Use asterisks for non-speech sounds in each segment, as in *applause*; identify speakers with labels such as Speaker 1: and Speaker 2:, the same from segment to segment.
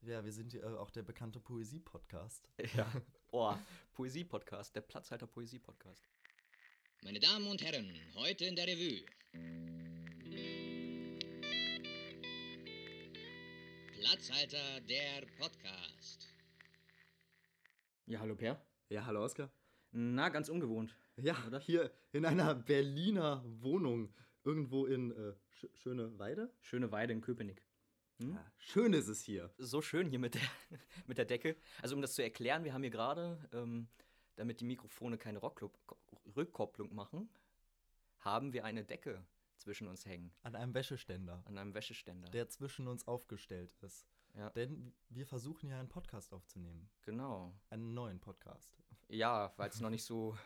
Speaker 1: Ja, wir sind äh, auch der bekannte Poesie-Podcast.
Speaker 2: *laughs* Ja. Oh, Poesie-Podcast, der Platzhalter Poesie-Podcast.
Speaker 3: Meine Damen und Herren, heute in der Revue. Platzhalter der Podcast.
Speaker 2: Ja, hallo Per.
Speaker 1: Ja, hallo Oskar.
Speaker 2: Na, ganz ungewohnt.
Speaker 1: Ja, hier in einer Berliner Wohnung, irgendwo in äh, Sch Schöneweide.
Speaker 2: Schöne Weide in Köpenick.
Speaker 1: Ja, schön ist es hier.
Speaker 2: So schön hier mit der, *laughs* mit der Decke. Also um das zu erklären, wir haben hier gerade, ähm, damit die Mikrofone keine Rockklub Rückkopplung machen, haben wir eine Decke zwischen uns hängen,
Speaker 1: An einem Wäscheständer,
Speaker 2: an einem Wäscheständer.
Speaker 1: der zwischen uns aufgestellt ist.
Speaker 2: Ja.
Speaker 1: Denn wir versuchen ja einen Podcast aufzunehmen.
Speaker 2: genau.
Speaker 1: Einen neuen Podcast.
Speaker 2: Ja, weil es noch nicht *laughs* so,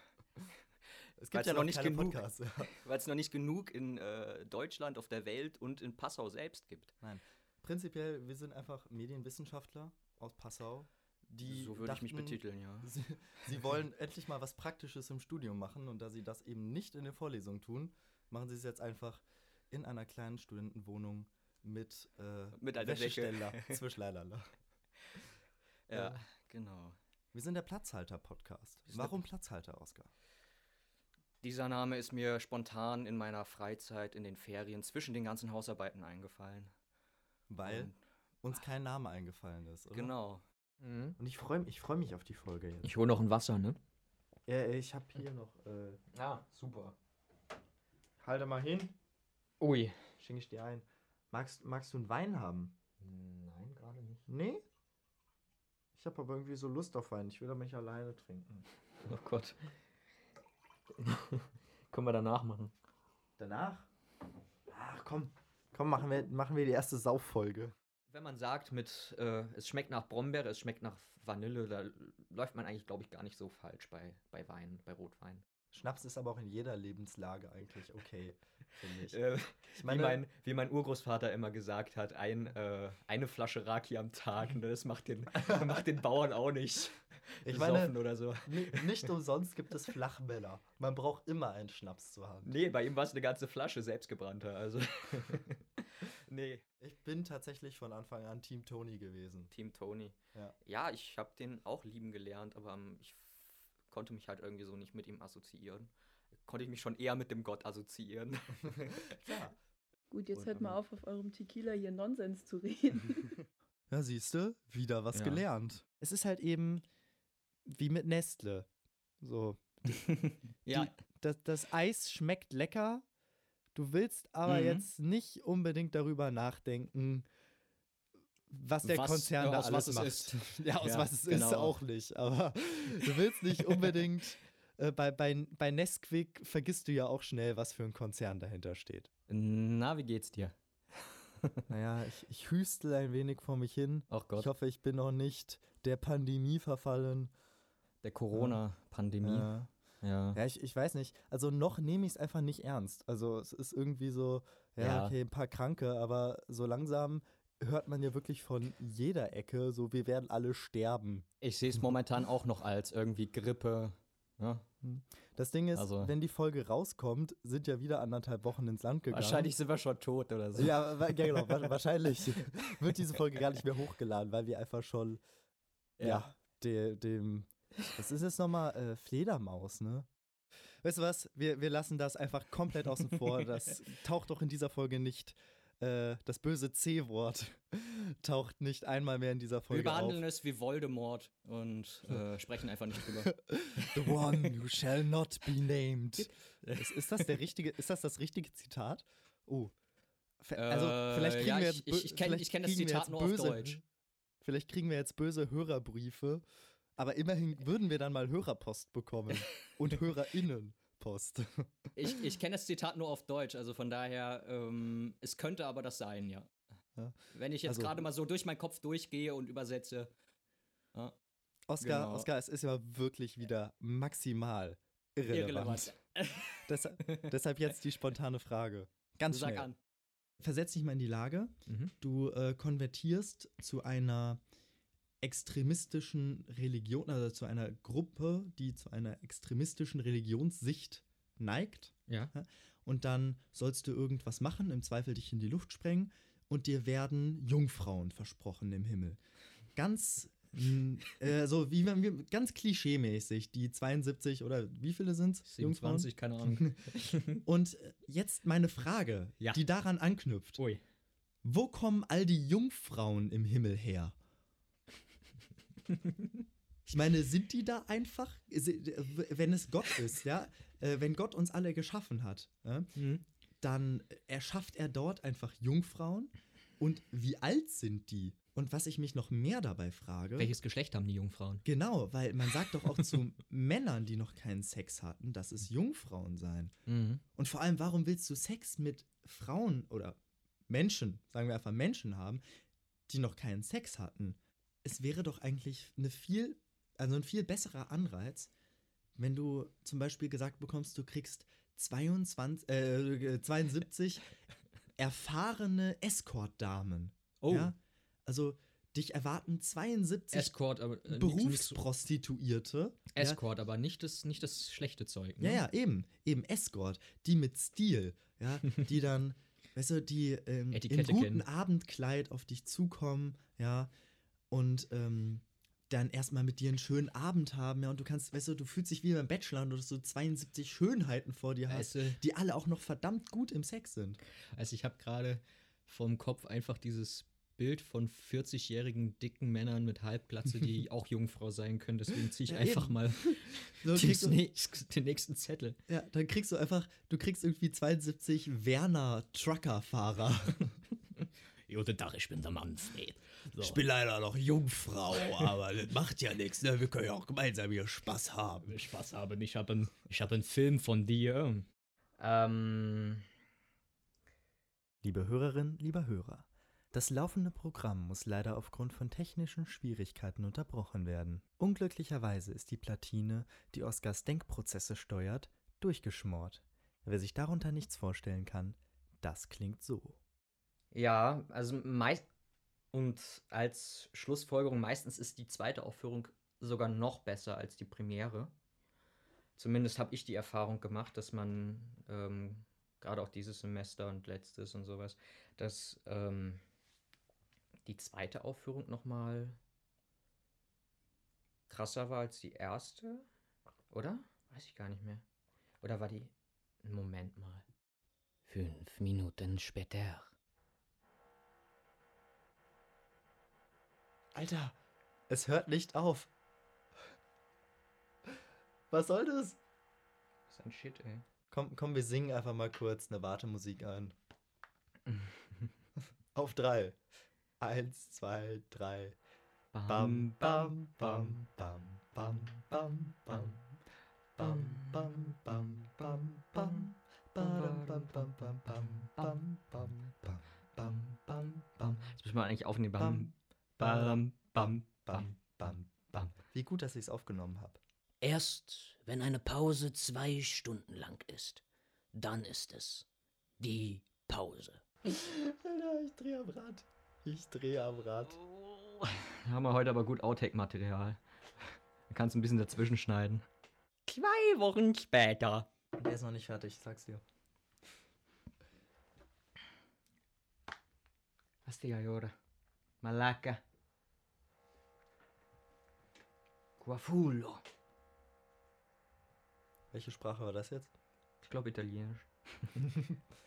Speaker 1: Es
Speaker 2: Weil's noch nicht genug.
Speaker 1: Podcasts. *laughs* Ja.
Speaker 2: weil es noch nicht genug in äh, Deutschland, auf der Welt und in Passau selbst gibt.
Speaker 1: Nein. Prinzipiell, wir sind einfach Medienwissenschaftler aus Passau, die.
Speaker 2: so würde ich mich
Speaker 1: dachten,
Speaker 2: betiteln, ja.
Speaker 1: Sie, sie wollen endlich mal was Praktisches im Studium machen und da sie das eben nicht in der Vorlesung tun, machen sie es jetzt einfach in einer kleinen Studentenwohnung mit, äh,
Speaker 2: Mit einer Decke. *laughs*
Speaker 1: Wäscheständer zwischenlalala.
Speaker 2: Ja, genau.
Speaker 1: Wir sind der Platzhalter-Podcast. Warum Platzhalter, Oskar?
Speaker 2: Dieser Name ist mir spontan in meiner Freizeit, in den Ferien, zwischen den ganzen Hausarbeiten eingefallen.
Speaker 1: Weil uns kein Name eingefallen ist, oder?
Speaker 2: Genau.
Speaker 1: Und ich freue ich freu mich auf die Folge jetzt.
Speaker 4: Ich hole noch ein Wasser, ne?
Speaker 1: Äh, ich habe hier noch. Äh,
Speaker 4: Ah, super.
Speaker 1: halte mal hin,
Speaker 4: Ui.
Speaker 1: schenke ich dir ein. Magst, magst du einen Wein haben?
Speaker 4: Nein, gerade nicht.
Speaker 1: Nee? Ich habe aber irgendwie so Lust auf Wein. Ich will aber nicht alleine trinken.
Speaker 4: Oh Gott. *laughs* Können wir danach machen.
Speaker 1: Danach? Ach komm, komm, machen wir, machen wir die erste Sauffolge.
Speaker 4: Wenn man sagt, mit äh, es schmeckt nach Brombeere, es schmeckt nach Vanille, da läuft man eigentlich, glaube ich, gar nicht so falsch bei, bei Wein, bei Rotwein.
Speaker 1: Schnaps ist aber auch in jeder Lebenslage eigentlich okay, finde ich.
Speaker 4: Äh, *laughs*
Speaker 1: Ich meine-
Speaker 4: wie, mein, wie mein Urgroßvater immer gesagt hat, ein, äh, eine Flasche Raki am Tag, ne, das macht den, *laughs* macht den Bauern auch nicht.
Speaker 1: Ich meine-
Speaker 4: Besoffen oder so.
Speaker 1: Ni- Nicht umsonst gibt es Flachmänner. Man braucht immer einen Schnaps zur Hand.
Speaker 4: Nee, bei ihm war es eine ganze Flasche
Speaker 2: *laughs*
Speaker 4: selbstgebrannter, also. nee.
Speaker 1: Ich bin tatsächlich von Anfang an Team Tony gewesen.
Speaker 2: Team Tony.
Speaker 1: Ja.
Speaker 2: Ja, ich habe den auch lieben gelernt, aber ähm, ich f- konnte mich halt irgendwie so nicht mit ihm assoziieren. Konnte ich mich schon eher mit dem Gott
Speaker 4: *laughs*
Speaker 2: assoziieren.
Speaker 1: Klar.
Speaker 5: Gut, jetzt
Speaker 1: Und
Speaker 5: hört
Speaker 1: wenn
Speaker 5: mal
Speaker 1: man-
Speaker 5: auf, auf eurem Tequila hier Nonsens zu reden.
Speaker 1: Ja, siehst du, wieder was
Speaker 4: Ja.
Speaker 1: gelernt. Es ist halt eben wie mit Nestle. So. Die, das, das Eis schmeckt lecker. Du willst aber
Speaker 4: Mhm.
Speaker 1: jetzt nicht unbedingt darüber nachdenken, was der
Speaker 4: Was-
Speaker 1: Konzern
Speaker 4: ja,
Speaker 1: da
Speaker 4: aus
Speaker 1: alles
Speaker 4: was es
Speaker 1: macht.
Speaker 4: ist.
Speaker 1: *laughs* Ja, aus
Speaker 4: Ja,
Speaker 1: was es ist
Speaker 4: genau.
Speaker 1: auch nicht. Aber du willst nicht
Speaker 4: *laughs*
Speaker 1: unbedingt. äh, bei, bei, bei Nesquik vergisst du ja auch schnell, was für ein Konzern dahinter steht.
Speaker 4: Na, wie geht's dir?
Speaker 1: Naja, ich, ich hüstel ein wenig vor mich hin.
Speaker 4: Ach Oh Gott.
Speaker 1: Ich hoffe, ich bin noch nicht der Pandemie verfallen.
Speaker 4: Der Corona-Pandemie.
Speaker 1: Äh,
Speaker 4: Ja.
Speaker 1: Ja, ich, ich weiß nicht. Also noch nehme ich es einfach nicht ernst. Also es ist irgendwie so, ja,
Speaker 4: Ja.
Speaker 1: okay, ein paar Kranke, aber so langsam hört man ja wirklich von jeder Ecke, so wir werden alle sterben.
Speaker 4: Ich sehe es momentan auch noch als irgendwie Grippe. Ja?
Speaker 1: Das Ding ist,
Speaker 4: Also-
Speaker 1: wenn die Folge rauskommt, sind ja wieder anderthalb Wochen ins Land gegangen.
Speaker 4: Wahrscheinlich sind wir schon tot oder so.
Speaker 1: Ja, wa- ja genau, wa- wahrscheinlich *laughs* wird diese Folge gar nicht mehr hochgeladen, weil wir einfach schon, ja, de, dem, was ist es nochmal, äh, Fledermaus, ne? Weißt du was, wir, wir lassen das einfach komplett außen
Speaker 4: *laughs*
Speaker 1: vor, das taucht doch in dieser Folge nicht, äh, das böse C-Wort *laughs* taucht nicht einmal mehr in dieser
Speaker 4: Wir
Speaker 1: Folge
Speaker 4: behandeln
Speaker 1: auf.
Speaker 4: es wie Voldemort und äh, sprechen einfach nicht drüber.
Speaker 1: The one who shall not be named. ist, ist das der richtige, ist das das richtige Zitat? Oh. Ver- Also,
Speaker 4: Äh,
Speaker 1: vielleicht kriegen
Speaker 4: ja,
Speaker 1: wir
Speaker 4: ich-
Speaker 1: jetzt bö-
Speaker 4: ich- ich kenn-
Speaker 1: vielleicht
Speaker 4: ich kenn das
Speaker 1: kriegen wir
Speaker 4: Zitat
Speaker 1: jetzt
Speaker 4: nur auf
Speaker 1: böse-
Speaker 4: Deutsch.
Speaker 1: Vielleicht kriegen wir jetzt böse Hörerbriefe, aber immerhin würden wir dann mal Hörerpost
Speaker 4: *laughs*
Speaker 1: bekommen und Hörerinnenpost.
Speaker 4: Ich, ich kenne das Zitat nur auf Deutsch, also von daher, ähm, es könnte aber das sein, ja.
Speaker 1: Ja.
Speaker 4: Wenn ich jetzt
Speaker 1: Also-
Speaker 4: gerade mal so durch meinen Kopf durchgehe und übersetze. Ja,
Speaker 1: Oscar,
Speaker 4: Genau.
Speaker 1: Oscar, es ist ja wirklich wieder maximal irrelevant.
Speaker 4: irrelevant.
Speaker 1: Deshalb, deshalb jetzt die spontane Frage. Ganz
Speaker 4: Sag
Speaker 1: schnell.
Speaker 4: an.
Speaker 1: versetz dich mal in die Lage, du äh, konvertierst zu einer extremistischen Religion, also zu einer Gruppe, die zu einer extremistischen Religionssicht neigt.
Speaker 4: Ja.
Speaker 1: Und dann sollst du irgendwas machen, im Zweifel dich in die Luft sprengen und dir werden Jungfrauen versprochen im Himmel. Ganz, mh, äh, so wie man, wie, ganz klischeemäßig, die 72 oder wie viele sind es?
Speaker 6: 27, keine Ahnung.
Speaker 1: Und äh, jetzt meine Frage,
Speaker 6: Hm. Ja.
Speaker 1: die daran anknüpft.
Speaker 6: Ui.
Speaker 1: Wo kommen all die Jungfrauen im Himmel her? Ich meine, sind die da einfach, äh, se- wenn es Gott ist, ja, äh, wenn Gott uns alle geschaffen hat, ja,
Speaker 6: Hm.
Speaker 1: dann erschafft er dort einfach Jungfrauen. Und wie alt sind die? Und was ich mich noch mehr dabei frage.
Speaker 6: Welches Geschlecht haben die Jungfrauen?
Speaker 1: Genau, weil man sagt doch auch zu *laughs* Männern, die noch keinen Sex hatten, dass es Jungfrauen seien.
Speaker 6: Mhm.
Speaker 1: Und vor allem, warum willst du Sex mit Frauen oder Menschen, sagen wir einfach Menschen haben, die noch keinen Sex hatten? Es wäre doch eigentlich eine viel, also ein viel besserer Anreiz, wenn du zum Beispiel gesagt bekommst, du kriegst 22, äh,
Speaker 6: *laughs*
Speaker 1: 72 erfahrene Escort-Damen.
Speaker 6: Oh,
Speaker 1: Ja? Also dich erwarten 72
Speaker 6: Escort, aber äh, nix- nix-
Speaker 1: Berufsprostituierte. ja?
Speaker 6: Escort, aber nicht das, nicht das schlechte Zeug. Ne?
Speaker 1: Ja, ja, eben. Eben Escort, die mit Stil, ja, die dann,
Speaker 6: *laughs*
Speaker 1: weißt du, die ähm, im
Speaker 6: Etikette
Speaker 1: guten
Speaker 6: kennen.
Speaker 1: Abendkleid auf dich zukommen, ja, und ähm, dann erstmal mit dir einen schönen Abend haben, ja, und du kannst, weißt du, du fühlst dich wie beim Bachelor, und du so 72 Schönheiten vor dir hast,
Speaker 6: Weißt du,
Speaker 1: die alle auch noch verdammt gut im Sex sind.
Speaker 6: Also äh, ich habe gerade vom Kopf einfach dieses Bild von 40-jährigen dicken Männern mit
Speaker 1: *laughs*
Speaker 6: Halbglatze, die auch Jungfrau sein können. Deswegen ziehe ich
Speaker 1: Ja,
Speaker 6: einfach
Speaker 1: eben.
Speaker 6: mal
Speaker 1: So, kriegst
Speaker 6: *laughs* den,
Speaker 1: du,
Speaker 6: nächsten, den nächsten Zettel.
Speaker 1: ja, dann kriegst du einfach, du kriegst irgendwie 72 Werner-Trucker-Fahrer.
Speaker 6: Guten Tag, ich bin der Manfred.
Speaker 1: Ich bin leider noch Jungfrau, aber das macht ja nichts, ne? Wir können ja auch gemeinsam hier Spaß haben.
Speaker 6: Spaß haben. Ich habe einen, hab einen Film von dir.
Speaker 4: Ähm,
Speaker 1: Liebe Hörerin, lieber Hörer, das laufende Programm muss leider aufgrund von technischen Schwierigkeiten unterbrochen werden. Unglücklicherweise ist die Platine, die Oscars Denkprozesse steuert, durchgeschmort. Wer sich darunter nichts vorstellen kann, das klingt so.
Speaker 4: ja, also meist und als Schlussfolgerung meistens ist die zweite Aufführung sogar noch besser als die Premiere. Zumindest habe ich die Erfahrung gemacht, dass man ähm, gerade auch dieses Semester und letztes und sowas, dass ähm, die zweite Aufführung noch mal krasser war als die erste, oder? Weiß ich gar nicht mehr. Oder war die? Moment mal.
Speaker 3: Fünf Minuten später.
Speaker 1: Alter, es hört nicht auf. Was soll das?
Speaker 4: Was ein Shit, ey.
Speaker 1: Komm, komm, wir singen einfach mal kurz eine Wartemusik ein. Auf drei. Eins, zwei, drei. Bam, bam, bam, bam, bam, bam, bam. Bam, bam, bam, bam, bam. Badam, bam, bam, bam, bam, bam, bam, bam, bam, bam, bam,
Speaker 4: Jetzt müssen wir eigentlich aufnehmen. Bam.
Speaker 1: badam,
Speaker 4: bam,
Speaker 1: bam, bam, bam. Wie gut, dass ich es aufgenommen habe.
Speaker 7: Erst wenn eine Pause zwei Stunden lang ist, dann ist es die Pause.
Speaker 1: Alter, ich drehe am Rad. Ich drehe am Rad.
Speaker 4: Da haben wir heute aber gut Outtake-Material. Da kannst du ein bisschen dazwischen schneiden. Zwei Wochen später.
Speaker 1: Der ist noch nicht fertig, ich sag's dir.
Speaker 4: Was die Jahre? Malaka. Guafulo.
Speaker 1: Welche Sprache war das jetzt?
Speaker 4: Ich glaube italienisch.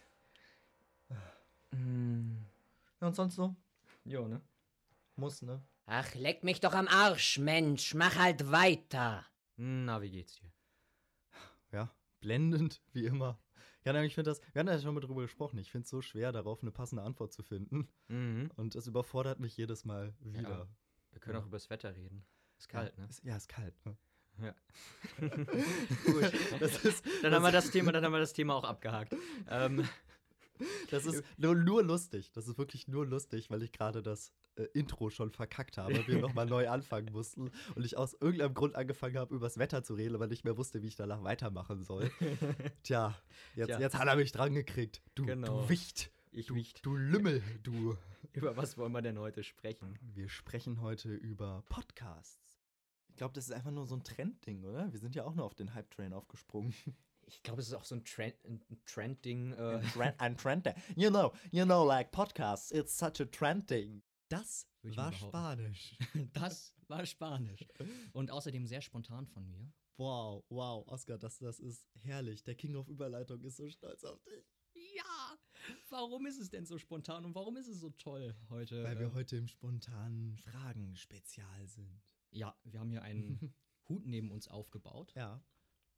Speaker 1: *laughs*
Speaker 4: mm.
Speaker 1: Ja, und sonst so?
Speaker 4: Ja, ne?
Speaker 1: Muss, ne?
Speaker 7: Ach, leck mich doch am Arsch, Mensch, mach halt weiter.
Speaker 4: Na, wie geht's dir?
Speaker 1: Ja, blendend, *laughs* wie immer. Ja, nein, ich finde das, wir hatten ja schon mal drüber gesprochen, ich finde es so schwer, darauf eine passende Antwort zu finden.
Speaker 4: Mhm.
Speaker 1: Und es überfordert mich jedes Mal wieder.
Speaker 4: Wir können auch über das Wetter reden. Ist kalt, *laughs* ne?
Speaker 1: Ist, ja, ist kalt. Ne?
Speaker 4: Ja.
Speaker 1: Gut. Das ist,
Speaker 4: Dann haben wir das Thema, dann haben wir das Thema auch abgehakt. Ähm,
Speaker 1: das ist nur, nur lustig. Das ist wirklich nur lustig, weil ich gerade das äh, Intro schon verkackt habe, wir nochmal neu anfangen mussten und ich aus irgendeinem Grund angefangen habe, über das Wetter zu reden, weil ich nicht mehr wusste, wie ich danach weitermachen
Speaker 4: *laughs*
Speaker 1: soll. Tja, jetzt,
Speaker 4: Tja.
Speaker 1: jetzt hat er mich dran gekriegt. Du,
Speaker 4: Genau.
Speaker 1: du Wicht,
Speaker 4: ich
Speaker 1: du, *laughs*
Speaker 4: riecht.
Speaker 1: du Lümmel, du.
Speaker 4: Über was wollen wir denn heute sprechen?
Speaker 1: Wir sprechen heute über
Speaker 6: *laughs*
Speaker 1: Podcasts. Ich glaube, das ist einfach nur so ein Trendding, oder? Wir sind ja auch nur auf den Hype-Train aufgesprungen.
Speaker 4: ich glaube, es ist auch so ein Trend, ein Trend-Ding.
Speaker 1: *laughs*
Speaker 4: Äh,
Speaker 1: Tren- ein Trend thing. You know, you know, like podcasts, it's such a trend thing. Das
Speaker 6: Würde ich
Speaker 1: war
Speaker 6: mal behaupten.
Speaker 1: Spanisch.
Speaker 6: *laughs* Das war Spanisch. Und außerdem sehr spontan von mir.
Speaker 1: Wow, wow, Oscar, das, das ist herrlich. Der King of Überleitung ist so stolz auf dich.
Speaker 6: Ja! Warum ist es denn so spontan und warum ist es so toll heute?
Speaker 1: Weil wir
Speaker 6: Ähm,
Speaker 1: heute im spontanen Fragen-Spezial sind.
Speaker 6: ja, wir haben hier einen Hut neben uns aufgebaut *laughs*
Speaker 1: Ja.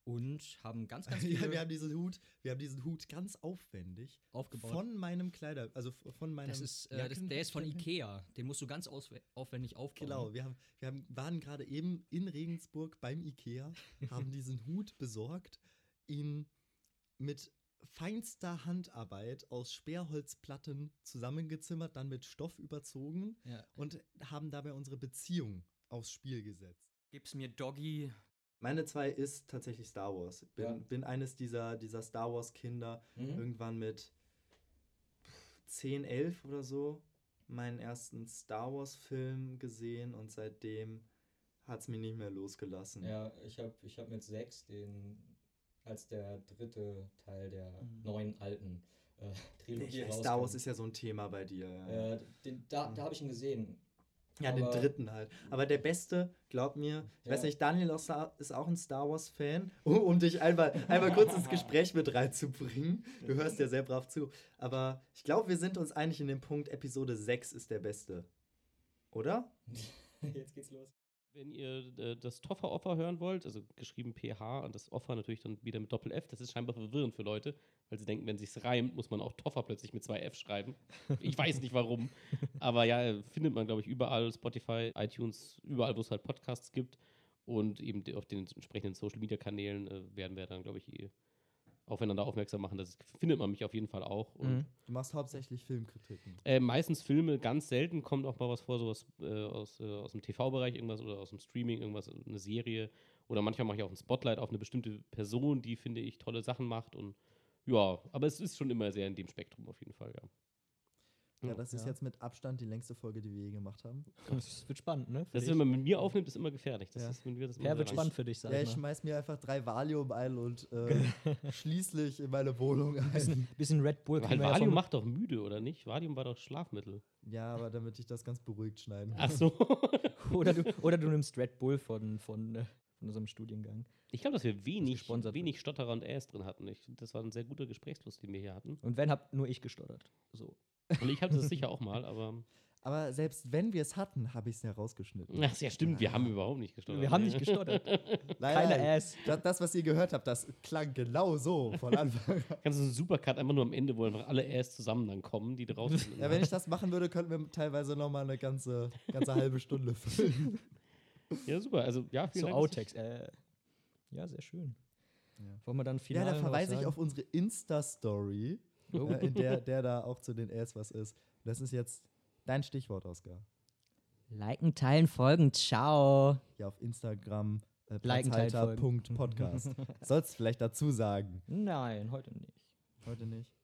Speaker 6: und haben
Speaker 1: *laughs*
Speaker 6: ganz, ganz viele
Speaker 1: ja wir, haben diesen Hut, wir haben diesen Hut ganz aufwendig
Speaker 6: aufgebaut.
Speaker 1: von meinem Kleider, also f- von meinem
Speaker 6: das ist, äh, das, der
Speaker 1: *laughs*
Speaker 6: ist von
Speaker 1: Jacken-
Speaker 6: Ikea. Den musst du ganz auswe- aufwendig aufbauen.
Speaker 1: Genau, wir, haben, wir haben, waren gerade eben in Regensburg beim Ikea, haben diesen Hut besorgt, ihn mit feinster Handarbeit aus Sperrholzplatten zusammengezimmert, dann mit Stoff überzogen
Speaker 4: Genau.
Speaker 6: Ja.
Speaker 1: und haben dabei unsere Beziehung aufs Spiel gesetzt.
Speaker 6: Gib's mir Doggy.
Speaker 1: Meine zwei ist tatsächlich Star Wars. Bin,
Speaker 4: Ja.
Speaker 1: bin eines dieser, dieser Star Wars-Kinder,
Speaker 4: mhm.
Speaker 1: irgendwann mit pff, 10, 11 oder so meinen ersten Star Wars-Film gesehen und seitdem hat es mich nicht mehr
Speaker 8: Mhm.
Speaker 1: losgelassen.
Speaker 4: Ja, ich habe ich hab mit sechs den als der dritte Teil der
Speaker 8: Mhm.
Speaker 4: neuen alten äh,
Speaker 1: Ich
Speaker 4: Trilogie
Speaker 1: weiß,
Speaker 4: rauskam.
Speaker 1: Star Wars ist ja so ein Thema bei dir.
Speaker 4: äh, den, da,
Speaker 8: Mhm.
Speaker 4: da habe ich ihn gesehen. *laughs*
Speaker 1: ja, den
Speaker 4: aber-
Speaker 1: dritten halt. Aber der beste, glaub mir, ich weiß
Speaker 4: Ja.
Speaker 1: nicht, Daniel ist da- ist auch ein Star Wars-Fan, *laughs* um, um dich einmal, einmal kurz ins Gespräch mit reinzubringen. Du hörst ja sehr brav zu. Aber ich glaube, wir sind uns einig in dem Punkt, Episode 6 ist der beste. Oder?
Speaker 4: Jetzt geht's los.
Speaker 9: Wenn ihr äh, das Toffer-Offer hören wollt, also geschrieben PH und das Offer natürlich dann wieder mit Doppel-F, das ist scheinbar verwirrend für Leute, weil sie denken, wenn sich's reimt, muss man auch Toffer plötzlich mit zwei F schreiben. Ich weiß nicht warum, aber ja, äh, findet man, glaube ich, überall, Spotify, iTunes, überall, wo es halt Podcasts gibt und eben de- auf den entsprechenden Social-Media-Kanälen äh, werden wir dann, glaube ich, eh aufeinander aufmerksam machen. Das findet man mich auf jeden Fall auch und
Speaker 1: Du machst hauptsächlich Filmkritiken.
Speaker 9: äh, meistens Filme, ganz selten kommt auch mal was vor, sowas äh, aus, äh, aus dem TV-Bereich, irgendwas oder aus dem Streaming, irgendwas, eine Serie. Oder manchmal mache ich auch ein Spotlight auf eine bestimmte Person, die, finde ich, tolle Sachen macht. Und ja, aber es ist schon immer sehr in dem Spektrum auf jeden Fall, ja.
Speaker 1: Ja,
Speaker 9: Hm, Ja.
Speaker 1: das ist
Speaker 6: Ja.
Speaker 1: jetzt mit Abstand die längste Folge, die wir je gemacht haben.
Speaker 8: Das wird spannend, ne? für
Speaker 9: Das, ist,
Speaker 8: dich.
Speaker 9: wenn man mit mir aufnimmt, ist immer gefährlich. Das
Speaker 1: Ja.
Speaker 9: ist, wenn wir das
Speaker 8: ja, wird
Speaker 9: machen.
Speaker 8: spannend für dich, sag
Speaker 1: ja, ich
Speaker 8: ich mal.
Speaker 1: schmeiß mir einfach drei Valium ein und äh, schließlich in meine Wohnung ein.
Speaker 8: Bisschen Red Bull
Speaker 9: Aber Halt,
Speaker 8: können wir ja
Speaker 9: Valium
Speaker 8: vom-
Speaker 9: macht doch müde, oder nicht? Valium war doch Schlafmittel.
Speaker 1: Ja, aber damit ich das ganz beruhigt schneiden
Speaker 9: Ach so.
Speaker 8: *laughs*
Speaker 9: *laughs*
Speaker 8: oder, du, oder du nimmst Red Bull von, von, äh, von unserem Studiengang.
Speaker 9: Ich glaube, dass wir wenig,
Speaker 8: gesponsert wird.
Speaker 9: wenig Stotterer und Äs drin hatten. Ich, das war ein sehr guter Gesprächslust, den wir hier hatten.
Speaker 8: Und wenn, hab nur ich gestottert. So.
Speaker 9: Und ich hatte das sicher auch mal, aber.
Speaker 1: Aber selbst wenn wir es hatten, habe ich es ja rausgeschnitten.
Speaker 9: Ach, ja, stimmt, wir haben überhaupt nicht gestottert.
Speaker 8: Wir haben
Speaker 9: ne?
Speaker 8: nicht gestottert.
Speaker 1: Leider.
Speaker 8: Keine Ass.
Speaker 1: Das, das, was ihr gehört habt, das klang genau so von Anfang an.
Speaker 9: *laughs* *laughs* Kannst du so einen Supercut einfach nur am Ende, wo einfach alle Äs zusammen dann kommen,
Speaker 8: *laughs*
Speaker 9: die draußen sind. ne?
Speaker 1: Ja, wenn ich das machen würde, könnten wir teilweise noch mal eine ganze, ganze halbe Stunde füllen.
Speaker 9: Ja, super. Also, ja, vielen
Speaker 8: So
Speaker 9: Dank.
Speaker 8: Outtakes.
Speaker 9: dass
Speaker 8: Äh, ja, sehr schön. Wollen wir dann final
Speaker 1: Ja, da
Speaker 8: noch was
Speaker 1: verweise ich
Speaker 8: sagen?
Speaker 1: auf unsere Insta-Story,
Speaker 8: Oh.
Speaker 1: äh, in der, der da auch zu den Ass was ist. Das ist jetzt dein Stichwort, Oskar.
Speaker 8: Liken, teilen, folgen. Ciao.
Speaker 1: ja auf Instagram äh,
Speaker 8: Liken, teilen, *laughs*
Speaker 1: platzhalter.podcast. Sollst vielleicht dazu sagen.
Speaker 8: Nein, heute nicht.
Speaker 1: Heute nicht.